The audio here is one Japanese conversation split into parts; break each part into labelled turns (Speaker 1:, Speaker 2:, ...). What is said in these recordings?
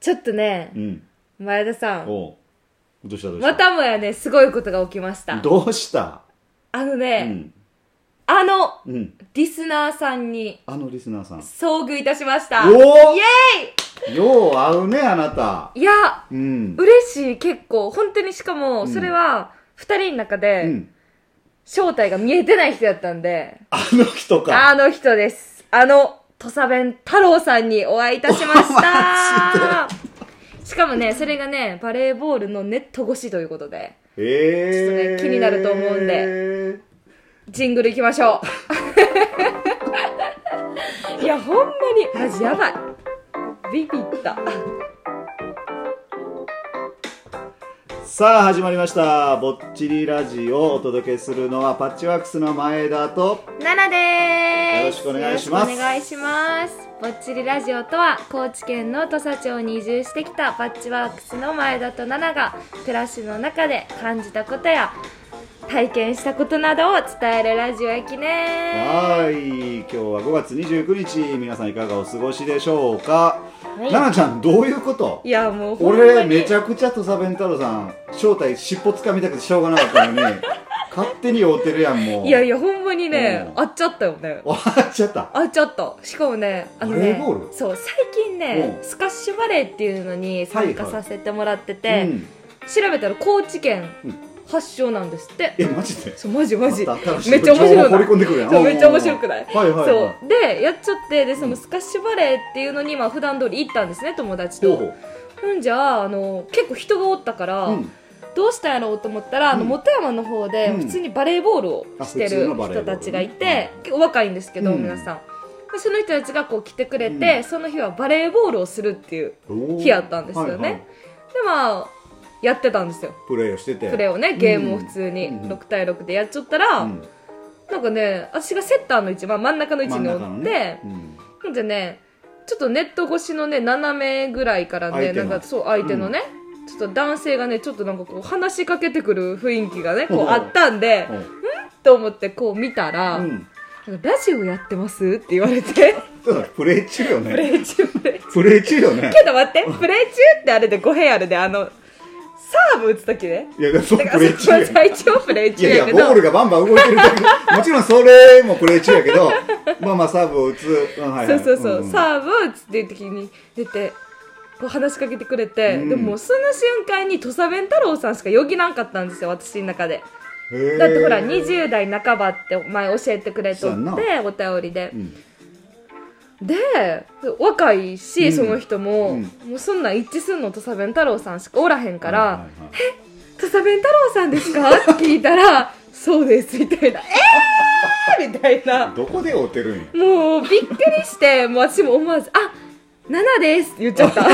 Speaker 1: ちょっとね
Speaker 2: う、ん
Speaker 1: 前田さん、
Speaker 2: おうどうしたどうした
Speaker 1: またもやね、すごいことが起きました。
Speaker 2: どうした
Speaker 1: あの
Speaker 2: う
Speaker 1: ね、
Speaker 2: ん
Speaker 1: あの、
Speaker 2: うん
Speaker 1: リスナーさんに
Speaker 2: あのリスナーさん
Speaker 1: 遭遇いたしました。イエ
Speaker 2: お
Speaker 1: ー
Speaker 2: およう合うねあなた
Speaker 1: イいや、
Speaker 2: うん
Speaker 1: 嬉しい、結構。本当にしかも、それは、二人の中
Speaker 2: う
Speaker 1: で、
Speaker 2: ん
Speaker 1: 正体が見えてない人だったんで、
Speaker 2: あの人か
Speaker 1: あの人です。あの、土佐弁太郎さんにお会いいたしま した。しかもね、それがね、バレーボールのネット越しということで、ちょっ
Speaker 2: ええ
Speaker 1: とね気になると思うん
Speaker 2: で
Speaker 1: ジングル行きましょ う。いや、ほんまに、マジやばい。ビビった。
Speaker 2: さあ始まりました「ぼっちりラジオ」をお届けするのはパッチワークスの前田と
Speaker 1: ナナでーす。
Speaker 2: よろしくお願いします
Speaker 1: よろくお願いします。ぼっちりラジオとは、高知県の土佐町に移住してきたパッチワークスの前田とナナが、暮らしの中で感じたことや、体験したことなどを伝えるラジオやきね
Speaker 2: はい今日は5月29日皆さんいかがお過ごしでしょうか
Speaker 1: は
Speaker 2: 奈
Speaker 1: い
Speaker 2: 々、ちゃんどういうこと
Speaker 1: ー。いや、もうほんまに。
Speaker 2: 俺めちゃくちゃ土佐弁太郎さん正体尻尾つかみたくてしょうがなかったのに勝手に会うてるやんもう
Speaker 1: いやいや、ほんまにね、
Speaker 2: う
Speaker 1: 会っちゃったよね。
Speaker 2: 終わっちゃった
Speaker 1: あちょっとしかもねあの
Speaker 2: バレー
Speaker 1: ね
Speaker 2: ボール
Speaker 1: そう最近ね
Speaker 2: うん
Speaker 1: スカッシュバレーっていうのに参加させてもらってて、
Speaker 2: うん、
Speaker 1: 調べたら高知県
Speaker 2: うん
Speaker 1: 発祥なんですって、
Speaker 2: えマジで
Speaker 1: そうマジマジ
Speaker 2: また新しい
Speaker 1: めっちゃ面
Speaker 2: 情
Speaker 1: 白
Speaker 2: 報
Speaker 1: い
Speaker 2: 掘
Speaker 1: な
Speaker 2: り込んでくるやん
Speaker 1: そうめっちゃ面白くない、
Speaker 2: はいはいはい
Speaker 1: そうでやっちゃってでそうの
Speaker 2: ん
Speaker 1: スカッシュバレーっていうのにまあ普段通り行ったんですね友達
Speaker 2: ほう
Speaker 1: とうんじゃああの結構人がおったから、
Speaker 2: ほううん
Speaker 1: どうしたんやろうと思ったら、あの
Speaker 2: うん
Speaker 1: 元山の方で
Speaker 2: うん
Speaker 1: 普通にバレーボールをしてる
Speaker 2: あ普通のバレーボー
Speaker 1: 人
Speaker 2: ルね
Speaker 1: たちがいて、結構若いんですけど、
Speaker 2: うん
Speaker 1: 皆さんでその人たちがこう来てくれて、
Speaker 2: う
Speaker 1: その日はバレーボールをするっていう
Speaker 2: おー
Speaker 1: 日やったんですよね、
Speaker 2: はいはい
Speaker 1: でまあやってたんですよ
Speaker 2: プレーをしてて
Speaker 1: プレーをねゲームを普通に
Speaker 2: うん
Speaker 1: 6対6でやっちゃったら、
Speaker 2: うん
Speaker 1: なんかね私がセッターの位置、まあ、真ん中の位置
Speaker 2: 真ん
Speaker 1: におっ
Speaker 2: 中
Speaker 1: て、
Speaker 2: のねうん
Speaker 1: ほんでねちょっとネット越しのね斜めぐらいからね
Speaker 2: 相手
Speaker 1: な
Speaker 2: の
Speaker 1: んかそう相手のね、ちょっと男性がねちょっとなんかこう話しかけてくる雰囲気がねこうあったんで
Speaker 2: ほう
Speaker 1: と思ってこう見たら「
Speaker 2: うん
Speaker 1: なんかラジオやってます?」って言われて
Speaker 2: そうだ プレー中よ
Speaker 1: プ
Speaker 2: ね
Speaker 1: レイ中プレイ中
Speaker 2: プレー中よね
Speaker 1: けど待ってプレイ中ってあれで語弊あるであのサーブ打つ時ね
Speaker 2: いやそう
Speaker 1: だ
Speaker 2: プ
Speaker 1: から
Speaker 2: レー
Speaker 1: そこ
Speaker 2: 中や
Speaker 1: は
Speaker 2: ね
Speaker 1: 最長プレイ
Speaker 2: い
Speaker 1: 中
Speaker 2: やい
Speaker 1: や
Speaker 2: や、
Speaker 1: け
Speaker 2: ボー
Speaker 1: ど
Speaker 2: ルがバンバン動いてるだけ。もちろんそれもプレー中やけど、まあまあサーブを打つ。うんはい
Speaker 1: そ
Speaker 2: は
Speaker 1: う
Speaker 2: い
Speaker 1: そうそう、
Speaker 2: んん
Speaker 1: サーブを打つっていう時に出てこう話しかけてくれて、
Speaker 2: うん
Speaker 1: でももうその瞬間に土佐弁太郎さんしかよぎらんかったんですよ私の中で
Speaker 2: へー
Speaker 1: だってほら20代半ばって前教えてくれと
Speaker 2: そうやんな
Speaker 1: ってお便りで
Speaker 2: う、ん
Speaker 1: で若いし、
Speaker 2: うん
Speaker 1: その人も、
Speaker 2: うん
Speaker 1: もうそんなん一致すんの土佐弁太郎さんしかおらへんから「
Speaker 2: はいはいはい
Speaker 1: 土佐弁太郎さんですか?」って聞いたら「そうです」み たいな「えー!」みたいな
Speaker 2: どこで追ってるんや。
Speaker 1: もうびっくりして、もう私も思わず、あナナですって言っちゃ った。は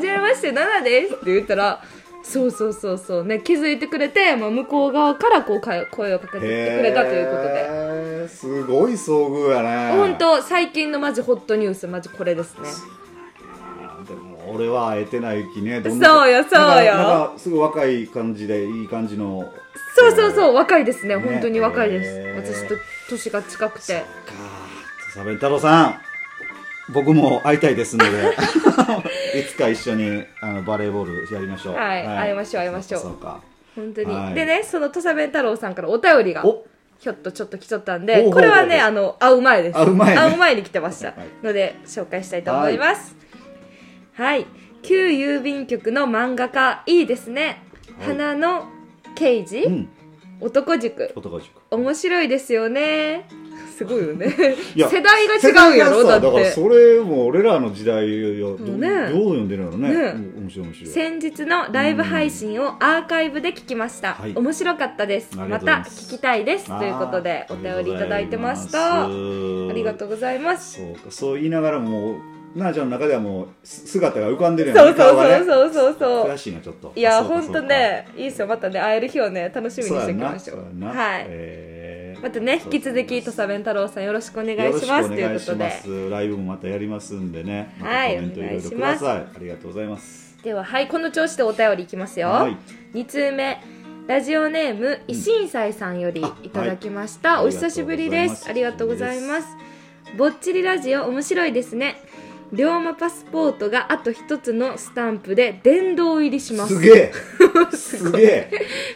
Speaker 1: じめまして、ナナですって言ったら、そうそうそうそう、ね、気づいてくれて、まあ、向こう側からこうか声をかけてきてくれたということで。
Speaker 2: へーすごい遭遇やね。
Speaker 1: 本当最近のマジホットニュース、マジこれですね。
Speaker 2: でも俺は会えてないきね。どん
Speaker 1: そうよそうよ
Speaker 2: なんかなんかすごい若い感じで、いい感じの。
Speaker 1: そうそうそう、
Speaker 2: う。
Speaker 1: 若いですね、
Speaker 2: ね
Speaker 1: 本当に若いで
Speaker 2: へー
Speaker 1: す。私と年が近くて。
Speaker 2: かサベン太郎さん、僕も会いたいです ので、いつか一緒にあのバレーボールやりましょう。
Speaker 1: はい会いましょう会いましょう
Speaker 2: そうか。
Speaker 1: 本当に、
Speaker 2: はい
Speaker 1: でね、その土佐弁太郎さんからお便りが。
Speaker 2: お
Speaker 1: ひょっとちょっと来ちゃったんで
Speaker 2: おうおうおう
Speaker 1: これはねあの会う前です
Speaker 2: 会う前ね
Speaker 1: に来てました
Speaker 2: はい
Speaker 1: ので紹介したいと思いますはい、旧郵便局の漫画家いいですね、
Speaker 2: はい
Speaker 1: 花の刑事、
Speaker 2: うん、
Speaker 1: 男塾
Speaker 2: 男塾。
Speaker 1: 面白いですよねすごいよね
Speaker 2: いや
Speaker 1: 世代が違うやろ
Speaker 2: 世
Speaker 1: だ
Speaker 2: 代がさ
Speaker 1: っ
Speaker 2: から
Speaker 1: て
Speaker 2: それも俺らの時代よ、ど
Speaker 1: もう
Speaker 2: う
Speaker 1: ね
Speaker 2: どう読んでるのね
Speaker 1: ね
Speaker 2: うん面白い面白い
Speaker 1: 先日のライブ配信をアーカイブで聞きました、
Speaker 2: はい
Speaker 1: 面白かったです
Speaker 2: あ
Speaker 1: ま
Speaker 2: りがとう
Speaker 1: た
Speaker 2: ございます
Speaker 1: 聞きたいですということで
Speaker 2: あ
Speaker 1: お
Speaker 2: ー
Speaker 1: 便りいただいてました
Speaker 2: あ
Speaker 1: あり
Speaker 2: り
Speaker 1: が
Speaker 2: がとうございます
Speaker 1: とうございます
Speaker 2: そうかそう言いながらもなあちゃんの中ではもうす姿が浮かんでるやん
Speaker 1: そうそう
Speaker 2: 顔がね
Speaker 1: そうそうそうそう
Speaker 2: 悔しいなちょっと
Speaker 1: いや
Speaker 2: そう
Speaker 1: ほ
Speaker 2: か
Speaker 1: んとねいいですよまたね会える日をね楽しみ
Speaker 2: そう
Speaker 1: に
Speaker 2: か
Speaker 1: して
Speaker 2: そうや
Speaker 1: おき
Speaker 2: ん
Speaker 1: ま
Speaker 2: な
Speaker 1: しょう
Speaker 2: そうや
Speaker 1: ん
Speaker 2: な
Speaker 1: はい
Speaker 2: えー
Speaker 1: またね引き続き土佐弁太郎さんよろしくお願いしますと
Speaker 2: よ
Speaker 1: い
Speaker 2: ろ
Speaker 1: うこ
Speaker 2: しく
Speaker 1: と
Speaker 2: お願い
Speaker 1: で
Speaker 2: しますライブもまたやりますんでね、また
Speaker 1: はい
Speaker 2: コメントいろいろく
Speaker 1: お願い
Speaker 2: だ
Speaker 1: し
Speaker 2: さいありがとうございます
Speaker 1: でははいこの調子でお便りいきますよ、
Speaker 2: はい
Speaker 1: 2通目ラジオネーム維新斎さんより
Speaker 2: あ
Speaker 1: いただきました、
Speaker 2: はい
Speaker 1: お久しぶりですあ
Speaker 2: あ
Speaker 1: り
Speaker 2: り
Speaker 1: が
Speaker 2: が
Speaker 1: と
Speaker 2: と
Speaker 1: う
Speaker 2: う
Speaker 1: ご
Speaker 2: ご
Speaker 1: ざ
Speaker 2: ざ
Speaker 1: い
Speaker 2: い
Speaker 1: ま
Speaker 2: ます
Speaker 1: すぼっちりラジオ面白いですね龍馬パスポートがあと一つのスタンプで殿堂入りします
Speaker 2: す げえすげえ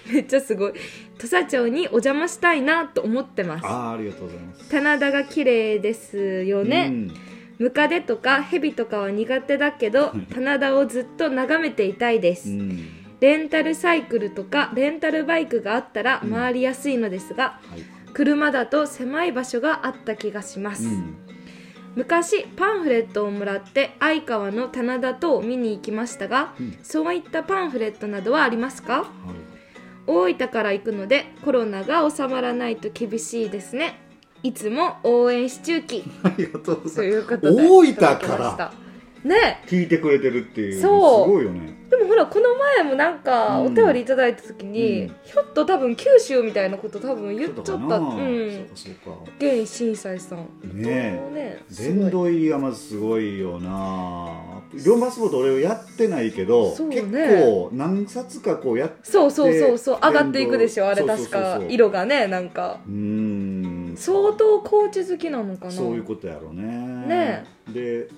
Speaker 1: めっちゃすごい土佐町にお邪魔したいなと思ってます
Speaker 2: ああありがとうございます
Speaker 1: 棚田が綺麗ですよね、
Speaker 2: うん
Speaker 1: ムカデとかヘビとかは苦手だけど棚田をずっと眺めていたいです、
Speaker 2: うん
Speaker 1: レンタルサイクルとかレンタルバイクがあったら回りやすいのですが、
Speaker 2: はい
Speaker 1: 車だと狭い場所があった気がします、
Speaker 2: うん
Speaker 1: 昔パンフレットをもらって相川の棚田とを見に行きましたが、
Speaker 2: うん
Speaker 1: そういったパンフレットなどはありますか
Speaker 2: はい
Speaker 1: 大分から行くのでコロナが収まらないと厳しいですねいつも応援し中期
Speaker 2: ありがとうご
Speaker 1: と
Speaker 2: ざい
Speaker 1: い
Speaker 2: ま
Speaker 1: うこと
Speaker 2: す
Speaker 1: で
Speaker 2: 大分
Speaker 1: 届きまし
Speaker 2: か
Speaker 1: たね
Speaker 2: ら聞いてくれてるっていう
Speaker 1: そう
Speaker 2: すごいよね
Speaker 1: えでもほらこの前もなんか
Speaker 2: うん
Speaker 1: お便りいただいた時に、
Speaker 2: うん
Speaker 1: ひょっと多分九州みたいなこと多分言っちゃった
Speaker 2: そううだな
Speaker 1: うん
Speaker 2: そうかそうか
Speaker 1: 現震災さん
Speaker 2: ねえ
Speaker 1: 本当ねすご
Speaker 2: 殿
Speaker 1: い
Speaker 2: 堂入りがまずすごいよな龍馬スポート俺やってないけど、
Speaker 1: そうね
Speaker 2: 結構何冊かこうやっ
Speaker 1: そうそうそうそう
Speaker 2: で
Speaker 1: 上がっていくでしょあれ
Speaker 2: そうそうそ
Speaker 1: 確
Speaker 2: うそう
Speaker 1: か色がねなんか
Speaker 2: うーん
Speaker 1: 相当高知好きなのかな
Speaker 2: そういうことやろうね
Speaker 1: ね
Speaker 2: で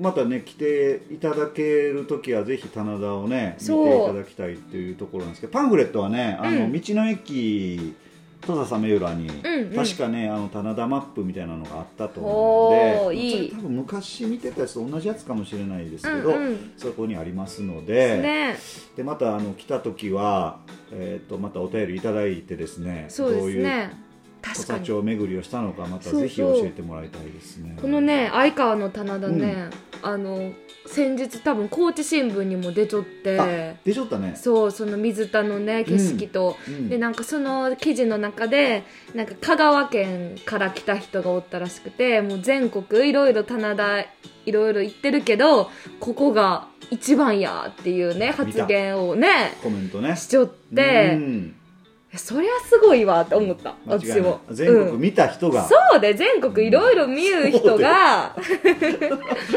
Speaker 2: またね来ていただける時はぜひ棚田をね見
Speaker 1: そう
Speaker 2: ていただきたいっていうところなんですけどパンフレットはねあの、
Speaker 1: うん
Speaker 2: 道の駅戸笹め浦に、
Speaker 1: うんうん
Speaker 2: 確かねあの棚田マップみたいなのがあったと
Speaker 1: お
Speaker 2: 思
Speaker 1: ー
Speaker 2: うんで
Speaker 1: いい
Speaker 2: それ多分昔見てたやつと同じやつかもしれないですけど、
Speaker 1: うんうん
Speaker 2: そこにありますので
Speaker 1: ね
Speaker 2: でまたあの来た時は、えー、とまたお便りいただいてですね
Speaker 1: そうです
Speaker 2: どういう
Speaker 1: ね
Speaker 2: 土
Speaker 1: 確か
Speaker 2: 佐
Speaker 1: に
Speaker 2: 町巡りをしたのかまたぜひ
Speaker 1: そう
Speaker 2: 教
Speaker 1: そう
Speaker 2: えてもらいたいですね。
Speaker 1: このね相川の棚田ね、あの先日多分高知新聞にも出ちょって
Speaker 2: でしょったね。
Speaker 1: そうその水田のね景色と、
Speaker 2: うん
Speaker 1: でなんかその記事の中でなんか香川県から来た人がおったらしくてもう全国いろいろ棚田いろいろ行ってるけどここが一番やっていうね
Speaker 2: 見た
Speaker 1: 発言をね
Speaker 2: コメントね。
Speaker 1: しちょって、
Speaker 2: う
Speaker 1: い
Speaker 2: ん
Speaker 1: やそりゃすごいわって思った
Speaker 2: 間違いな
Speaker 1: 私
Speaker 2: い
Speaker 1: も
Speaker 2: 全
Speaker 1: う
Speaker 2: 国
Speaker 1: ん
Speaker 2: 見た人が、
Speaker 1: そうで全国いろいろ見る人が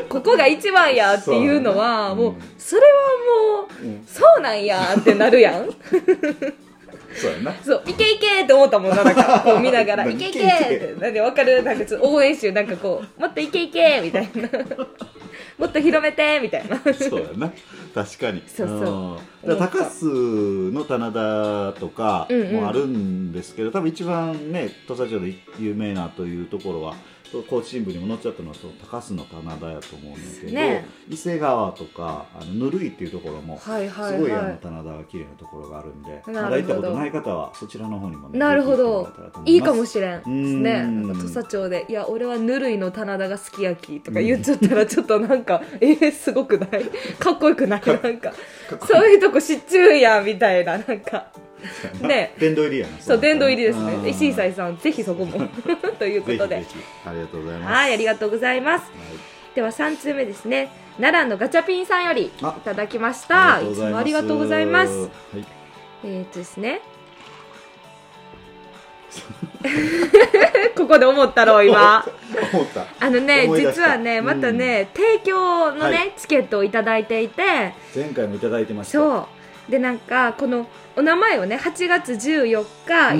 Speaker 1: ここが一番やっていうのは
Speaker 2: そうだね
Speaker 1: も
Speaker 2: う
Speaker 1: うんそれはもう
Speaker 2: うん
Speaker 1: そうなんやってなるやん
Speaker 2: そうやな。
Speaker 1: そういけいけって思ったもんななんか こう見ながらいけいけっ
Speaker 2: いけい
Speaker 1: てなんでわかるなんかちょっと応援集なんかこうもっといけいけみたいな もっと広めてみたいな
Speaker 2: そうやな。確かに。
Speaker 1: そうそうん
Speaker 2: だから高須の棚田とか
Speaker 1: うんうん
Speaker 2: もあるんですけど、多分一番ね、土佐町で有名なというところは、高知新聞にも載っちゃったのはそう高須の棚田やと思うんですけど、
Speaker 1: ね
Speaker 2: 伊勢川とかあのぬるいっていうところも、
Speaker 1: はいはいはい
Speaker 2: すごいあの棚田が綺麗なところがあるんで、まだ行ったことない方はそちらの方にもね、
Speaker 1: なるほ
Speaker 2: ぜ
Speaker 1: ど
Speaker 2: ひ行ってもらえたらと思
Speaker 1: いい
Speaker 2: ます
Speaker 1: かもしれんですね
Speaker 2: うん
Speaker 1: なんか土佐町で「いや俺はぬるいの棚田が好きやき」とか言っちゃったらちょっとなんか えー、すごくないかっこよくないなんかそういうとこ知っちゅうやんみたいななんかね
Speaker 2: 殿堂入りやな
Speaker 1: そう殿堂入りです
Speaker 2: うん
Speaker 1: ね石井さんぜひそこ もということで
Speaker 2: ぜひぜひありがとうございます
Speaker 1: はいありがとうございますでは3通目ですね奈良のガチャピンさんよりい
Speaker 2: あ
Speaker 1: ただきまし
Speaker 2: は
Speaker 1: た
Speaker 2: い
Speaker 1: いつもありがとうございます
Speaker 2: はい
Speaker 1: えー、っとです ねここで思ったろう今
Speaker 2: 思った
Speaker 1: あのね
Speaker 2: 思い出し
Speaker 1: 実
Speaker 2: た
Speaker 1: はねまたね、提供のね、
Speaker 2: は
Speaker 1: チケットをいただいていて
Speaker 2: 前回もいただいてましたう
Speaker 1: そうでなんかこのお名前をね8月14日、
Speaker 2: うん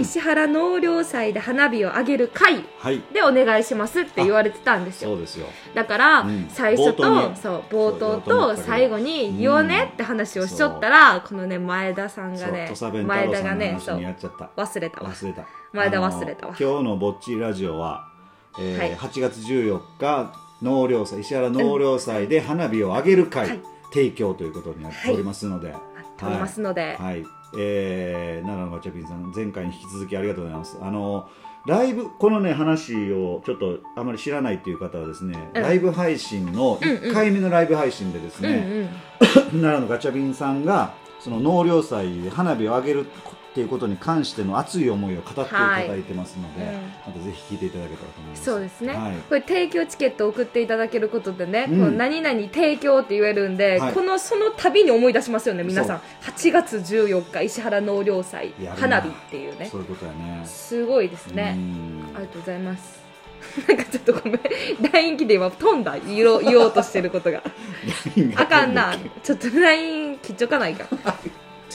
Speaker 1: 石原納涼祭で花火をあげる会
Speaker 2: はい
Speaker 1: でお願いしますって言われてたんです
Speaker 2: そ
Speaker 1: よ
Speaker 2: うですよ
Speaker 1: だから、
Speaker 2: うん
Speaker 1: 最初と
Speaker 2: 冒頭に
Speaker 1: そう冒頭
Speaker 2: そう冒頭に
Speaker 1: と最後に言おうねって話をしちょったら、このね前田さん
Speaker 2: そ
Speaker 1: が
Speaker 2: う
Speaker 1: ね
Speaker 2: 土佐弁
Speaker 1: 前
Speaker 2: 太郎
Speaker 1: 田
Speaker 2: さ
Speaker 1: が
Speaker 2: んの
Speaker 1: ね
Speaker 2: 話
Speaker 1: そう
Speaker 2: にやっちゃった
Speaker 1: 忘れたわ
Speaker 2: 忘れた
Speaker 1: 前田忘れたわ
Speaker 2: あの今日のぼっちラジオは
Speaker 1: はい
Speaker 2: えー8月14日納涼祭石原納涼祭で花火をあげる
Speaker 1: は
Speaker 2: 会
Speaker 1: い
Speaker 2: 提供ということになっておりますので
Speaker 1: 撮りますので、
Speaker 2: はい、えー、奈良のガチャピンさん、前回に引き続きありがとうございます。あの、ライブ、このね、話をちょっとあまり知らないっていう方はですね、
Speaker 1: うん
Speaker 2: ライブ配信の、
Speaker 1: うんうん
Speaker 2: 1回目のライブ配信でですね、
Speaker 1: うんうん
Speaker 2: 奈良のガチャピンさんが、その納涼祭で花火を上げるっていうことに関しての熱い思いを語っていただいてますので、
Speaker 1: はいうん
Speaker 2: またぜひ聞いていただけたらと思います。
Speaker 1: そうですね、
Speaker 2: はい。
Speaker 1: これ提供チケット送っていただけることでね、
Speaker 2: うん
Speaker 1: こう何々提供って言えるんで、
Speaker 2: はい
Speaker 1: このその度に思い出しますよね皆さん8月14日石原納涼祭
Speaker 2: やるな
Speaker 1: 花火っていうね
Speaker 2: そういうことやね。
Speaker 1: すごいですね、
Speaker 2: うん
Speaker 1: ありがとうございます なんかちょっとごめん LINE 来て今飛んだ言おう言おうとしてることがあかんなちょっと LINE 切っちょかないかちょっ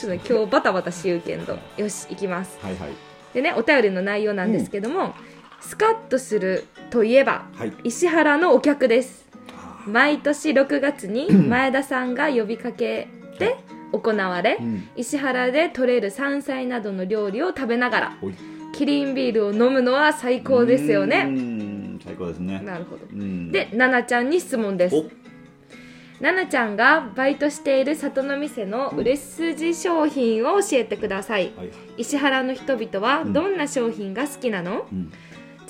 Speaker 1: とね今日バタバタしゆうけんどよし行きます
Speaker 2: はいはい。
Speaker 1: でねお便りの内容なんですけども、スカッとするといえば
Speaker 2: はい。
Speaker 1: 石原のお客です
Speaker 2: あー
Speaker 1: 毎年6月に前田さんが呼びかけて行われ、
Speaker 2: うん
Speaker 1: 石原で採れる山菜などの料理を食べながら
Speaker 2: おい
Speaker 1: キリンビールを飲むのは最高ですよ
Speaker 2: う
Speaker 1: ね
Speaker 2: ん最高ですね
Speaker 1: なるほど
Speaker 2: うん
Speaker 1: で奈々ちゃんに質問です
Speaker 2: お
Speaker 1: 奈々ちゃんがバイトしている里の店の売れ筋商品を教えてください
Speaker 2: はい
Speaker 1: 石原の人々はどんな商品が好きなの、
Speaker 2: うん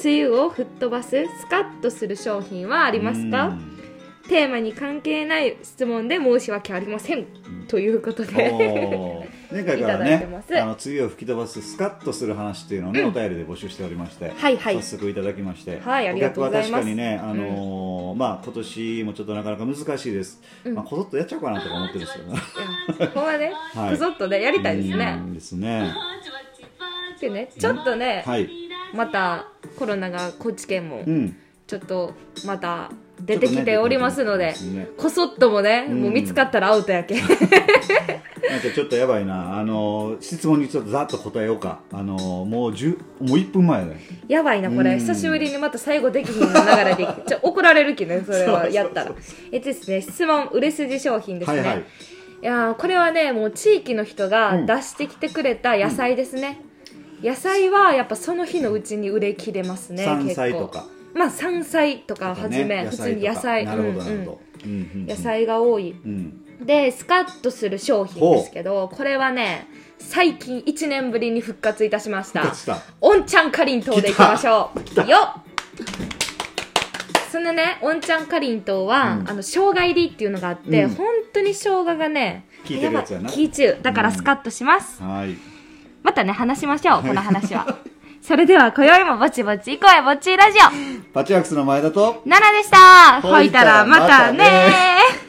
Speaker 1: 梅雨を吹っ飛ばすスカッとする商品はありますか、
Speaker 2: うん
Speaker 1: テーマに関係ない質問で申し訳ありません、ということで
Speaker 2: お ー前回か
Speaker 1: い
Speaker 2: ら
Speaker 1: ただいて
Speaker 2: ね
Speaker 1: ます
Speaker 2: あの梅雨を吹き飛ばすスカッとする話っていうのをね、お便りで募集しておりまして、
Speaker 1: はいはい
Speaker 2: 早速いただきまして、
Speaker 1: はいありがとうございます
Speaker 2: お客は確かにね、あのーまあ、今年もちょっとなかなか難しいです、
Speaker 1: うん
Speaker 2: まあ、こそっとやっちゃおうかなとか思ってるんですけどね
Speaker 1: いやここはね、
Speaker 2: はい
Speaker 1: こそっとねやりたいです
Speaker 2: う
Speaker 1: ね
Speaker 2: んですね
Speaker 1: でねちょっとね、
Speaker 2: はい、
Speaker 1: またコロナが高知県も
Speaker 2: うん、
Speaker 1: ちょっとまた出てきておりますので、
Speaker 2: ちょっとね出てきてますね
Speaker 1: こそっともね、
Speaker 2: うん
Speaker 1: もう見つかったらアウト やけんは
Speaker 2: なんかちょっとやばいな、あのー質問にちょっとざっと答えようか、あのーもう10もう1分前だね、
Speaker 1: やばいなこれ、
Speaker 2: うん
Speaker 1: 久しぶりにまた最後できひんの流れでちょ怒られるき ねそれはやったらえですね質問売れ筋商品です
Speaker 2: は
Speaker 1: ね、
Speaker 2: い
Speaker 1: い
Speaker 2: はい、
Speaker 1: やーこれはねもう地域の人が出してきてくれた野菜ですね、野菜はやっぱその日のうちに売れ切れますね
Speaker 2: 山菜
Speaker 1: 結構
Speaker 2: とか
Speaker 1: まあ山菜とか
Speaker 2: と
Speaker 1: は
Speaker 2: か
Speaker 1: じ
Speaker 2: ね
Speaker 1: め、普通に野菜
Speaker 2: なるほど、
Speaker 1: うん
Speaker 2: なるほど、うんうんう
Speaker 1: うん
Speaker 2: ん
Speaker 1: 野菜が多い、
Speaker 2: うん、
Speaker 1: でスカッとする商品ですけどこれはね最近1年ぶりに復活いたしました
Speaker 2: 復活した
Speaker 1: おんちゃんかりんとうでいきましょう
Speaker 2: 来た来た
Speaker 1: よっそのねおんちゃんかりんとうは、
Speaker 2: うん
Speaker 1: あの生姜入りっていうのがあって、
Speaker 2: うん
Speaker 1: 本当に生姜がね
Speaker 2: 効いてるやつやな
Speaker 1: ばい効いちゅうだからスカッとします、
Speaker 2: はい。
Speaker 1: またね話しましょうこの話は それでは今宵もぼちぼち行こうよぼっちいラジオ
Speaker 2: パチワックスの前だと。
Speaker 1: 奈々でした
Speaker 2: ほ
Speaker 1: ほ
Speaker 2: い
Speaker 1: い
Speaker 2: た
Speaker 1: た
Speaker 2: ら
Speaker 1: らまた
Speaker 2: また
Speaker 1: ね